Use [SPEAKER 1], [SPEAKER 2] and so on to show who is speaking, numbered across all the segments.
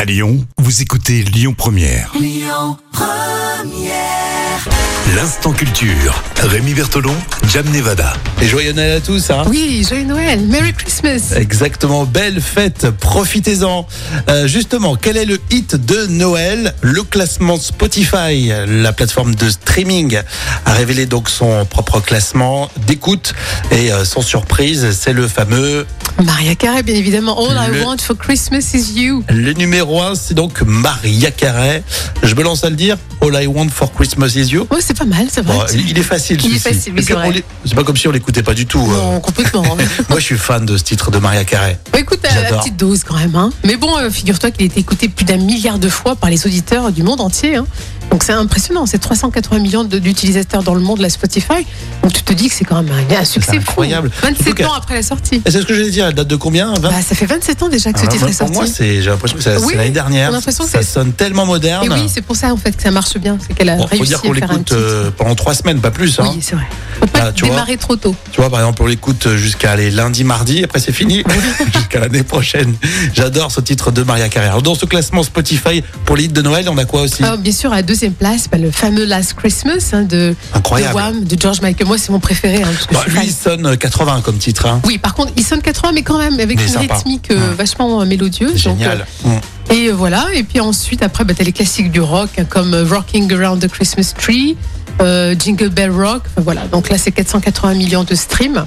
[SPEAKER 1] À Lyon, vous écoutez Lyon Première. Lyon Première. L'instant culture. Rémi Bertolon, Jam Nevada.
[SPEAKER 2] Et joyeux Noël à tous, hein
[SPEAKER 3] Oui, joyeux Noël, Merry Christmas.
[SPEAKER 2] Exactement, belle fête, profitez-en. Euh, justement, quel est le hit de Noël Le classement Spotify, la plateforme de streaming, a révélé donc son propre classement d'écoute. Et euh, sans surprise, c'est le fameux...
[SPEAKER 3] Maria Carey, bien évidemment. All
[SPEAKER 2] Le-
[SPEAKER 3] I want for Christmas is you.
[SPEAKER 2] Le numéro 1, c'est donc Maria Carey. Je me lance à le dire, All I Want For Christmas Is You.
[SPEAKER 3] Ouais, c'est pas mal, c'est vrai.
[SPEAKER 2] Bon, il est facile,
[SPEAKER 3] Il est
[SPEAKER 2] celui-ci.
[SPEAKER 3] facile, oui,
[SPEAKER 2] Et puis,
[SPEAKER 3] c'est vrai.
[SPEAKER 2] on l'é- C'est pas comme si on l'écoutait pas du tout. euh.
[SPEAKER 3] Non, complètement. hein.
[SPEAKER 2] Moi, je suis fan de ce titre de Maria Carey.
[SPEAKER 3] Bah, écoute, à la
[SPEAKER 2] J'adore.
[SPEAKER 3] petite dose quand même. hein. Mais bon, euh, figure-toi qu'il a été écouté plus d'un milliard de fois par les auditeurs du monde entier. hein. Donc c'est impressionnant, c'est 380 millions de- d'utilisateurs dans le monde, la Spotify. Donc tu te dis que c'est quand même un, un succès fou.
[SPEAKER 2] incroyable. Surtout
[SPEAKER 3] 27
[SPEAKER 2] que-
[SPEAKER 3] ans après la sortie.
[SPEAKER 2] Et c'est ce que je vais dire, elle date de combien 20
[SPEAKER 3] Bah, ça fait 27 ans déjà que ce
[SPEAKER 2] Eh ben- Ah,
[SPEAKER 3] titre
[SPEAKER 2] moi,
[SPEAKER 3] est
[SPEAKER 2] Pour
[SPEAKER 3] sorti.
[SPEAKER 2] moi, c'est- j'ai l'impression que c'est c'est
[SPEAKER 3] Oui,
[SPEAKER 2] l'année
[SPEAKER 3] on
[SPEAKER 2] dernière.
[SPEAKER 3] a l'impression que
[SPEAKER 2] ça
[SPEAKER 3] c'est-
[SPEAKER 2] sonne tellement moderne.
[SPEAKER 3] Et oui, c'est pour ça en fait que ça marche bien, c'est qu'elle a
[SPEAKER 2] Bon, faut
[SPEAKER 3] réussi
[SPEAKER 2] dire qu'on
[SPEAKER 3] à faire un
[SPEAKER 2] l'écoute
[SPEAKER 3] titre.
[SPEAKER 2] euh, pendant trois semaines, pas plus. hein.
[SPEAKER 3] Oui, c'est vrai. Faut pas
[SPEAKER 2] Bah, tu vois.
[SPEAKER 3] démarrer trop tôt.
[SPEAKER 2] Tu vois, par exemple, on l'écoute jusqu'à les lundi, mardi, après c'est fini, jusqu'à l'année prochaine. J'adore ce titre de Maria Carrère. Alors, Dans ce classement Spotify pour les hits de Noël, on a quoi aussi
[SPEAKER 3] Ah, bien sûr, à la deuxième place, bah, le fameux Last Christmas hein, de, de
[SPEAKER 2] Incroyable.
[SPEAKER 3] Wham, de George Michael. Moi, c'est mon préféré. hein, parce que
[SPEAKER 2] Bah,
[SPEAKER 3] je suis
[SPEAKER 2] lui,
[SPEAKER 3] fan.
[SPEAKER 2] il sonne 80 comme titre. hein.
[SPEAKER 3] Oui, par contre, il sonne 80, mais quand même, avec
[SPEAKER 2] Mais
[SPEAKER 3] une
[SPEAKER 2] sympa.
[SPEAKER 3] rythmique euh,
[SPEAKER 2] Ouais.
[SPEAKER 3] vachement euh,
[SPEAKER 2] C'est
[SPEAKER 3] mélodieuse. donc,
[SPEAKER 2] Génial. Mm.
[SPEAKER 3] euh, et euh, voilà. Et puis ensuite, après, bah, t'as les classiques du rock, hein, comme euh, Rocking Around the Christmas Tree, euh, Jingle Bell Rock. Enfin, voilà. Donc là, c'est 480 millions de streams.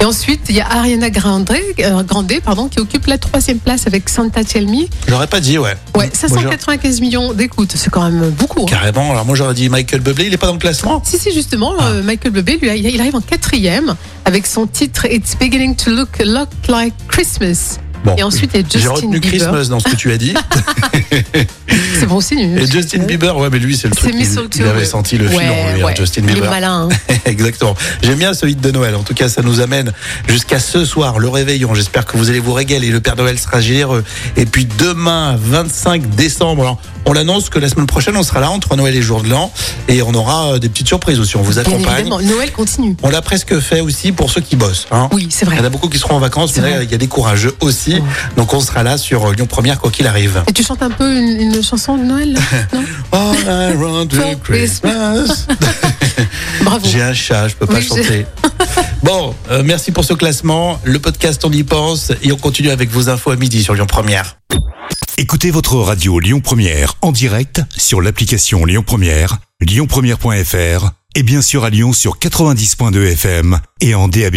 [SPEAKER 3] Et ensuite, il y a Ariana Grande, euh, Grande pardon, qui occupe la troisième place avec Santa Tell Me.
[SPEAKER 2] J'aurais pas dit, ouais.
[SPEAKER 3] Ouais,
[SPEAKER 2] Mm. Moi,
[SPEAKER 3] 595 millions d'écoutes, c'est quand même beaucoup.
[SPEAKER 2] j'aurais-
[SPEAKER 3] hein.
[SPEAKER 2] Carrément. Alors, moi, j'aurais dit Michael Bublé, il est pas dans le classement
[SPEAKER 3] Si, si, justement,
[SPEAKER 2] Ah.
[SPEAKER 3] euh, Michael Bublé, lui, il il arrive en quatrième avec son titre It's Beginning to Look a lot Like Christmas.
[SPEAKER 2] Bon.
[SPEAKER 3] Et ensuite, il y a
[SPEAKER 2] J'ai
[SPEAKER 3] Justin
[SPEAKER 2] retenu
[SPEAKER 3] Bieber.
[SPEAKER 2] Christmas dans ce que tu as dit.
[SPEAKER 3] C'est bon signe.
[SPEAKER 2] Et Justin Bieber, ouais, mais lui, c'est le
[SPEAKER 3] C'est
[SPEAKER 2] truc. Il,
[SPEAKER 3] mistletoe,
[SPEAKER 2] il avait
[SPEAKER 3] ouais.
[SPEAKER 2] senti le filon,
[SPEAKER 3] Ouais,
[SPEAKER 2] lui, hein,
[SPEAKER 3] ouais.
[SPEAKER 2] Justin
[SPEAKER 3] Il est
[SPEAKER 2] Bieber.
[SPEAKER 3] malin. hein.
[SPEAKER 2] Exactement. J'aime bien ce hit de Noël. En tout cas, ça nous amène jusqu'à ce soir, le réveillon. J'espère que vous allez vous régaler. Le Père Noël sera généreux. Et puis demain, 25 décembre, alors, on l'annonce que la semaine prochaine, on sera là entre Noël et Jour de l'An. Et on aura euh, des petites surprises aussi. On vous
[SPEAKER 3] Bien
[SPEAKER 2] accompagne.
[SPEAKER 3] évidemment. Noël continue.
[SPEAKER 2] On l'a presque fait aussi pour ceux qui bossent. hein.
[SPEAKER 3] Oui, c'est vrai.
[SPEAKER 2] Il y en a beaucoup qui seront en vacances,
[SPEAKER 3] C'est
[SPEAKER 2] mais là,
[SPEAKER 3] vrai.
[SPEAKER 2] il y a des courageux aussi.
[SPEAKER 3] Ouais.
[SPEAKER 2] Donc on sera là sur euh, Lyon Première, quoi qu'il arrive.
[SPEAKER 3] Et tu chantes un peu une, une chanson de Noël là Non
[SPEAKER 2] All I want is Christmas.
[SPEAKER 3] Bravo.
[SPEAKER 2] J'ai un chat, je peux pas
[SPEAKER 3] Oui, je-
[SPEAKER 2] chanter. bon, euh, merci pour ce classement. Le podcast, on y pense. Et on continue avec vos infos à midi sur Lyon Première.
[SPEAKER 1] Écoutez votre radio Lyon Première en direct sur l'application Lyon Première, lyonpremière.fr et bien sûr à Lyon sur 90.2 FM et en DAB+.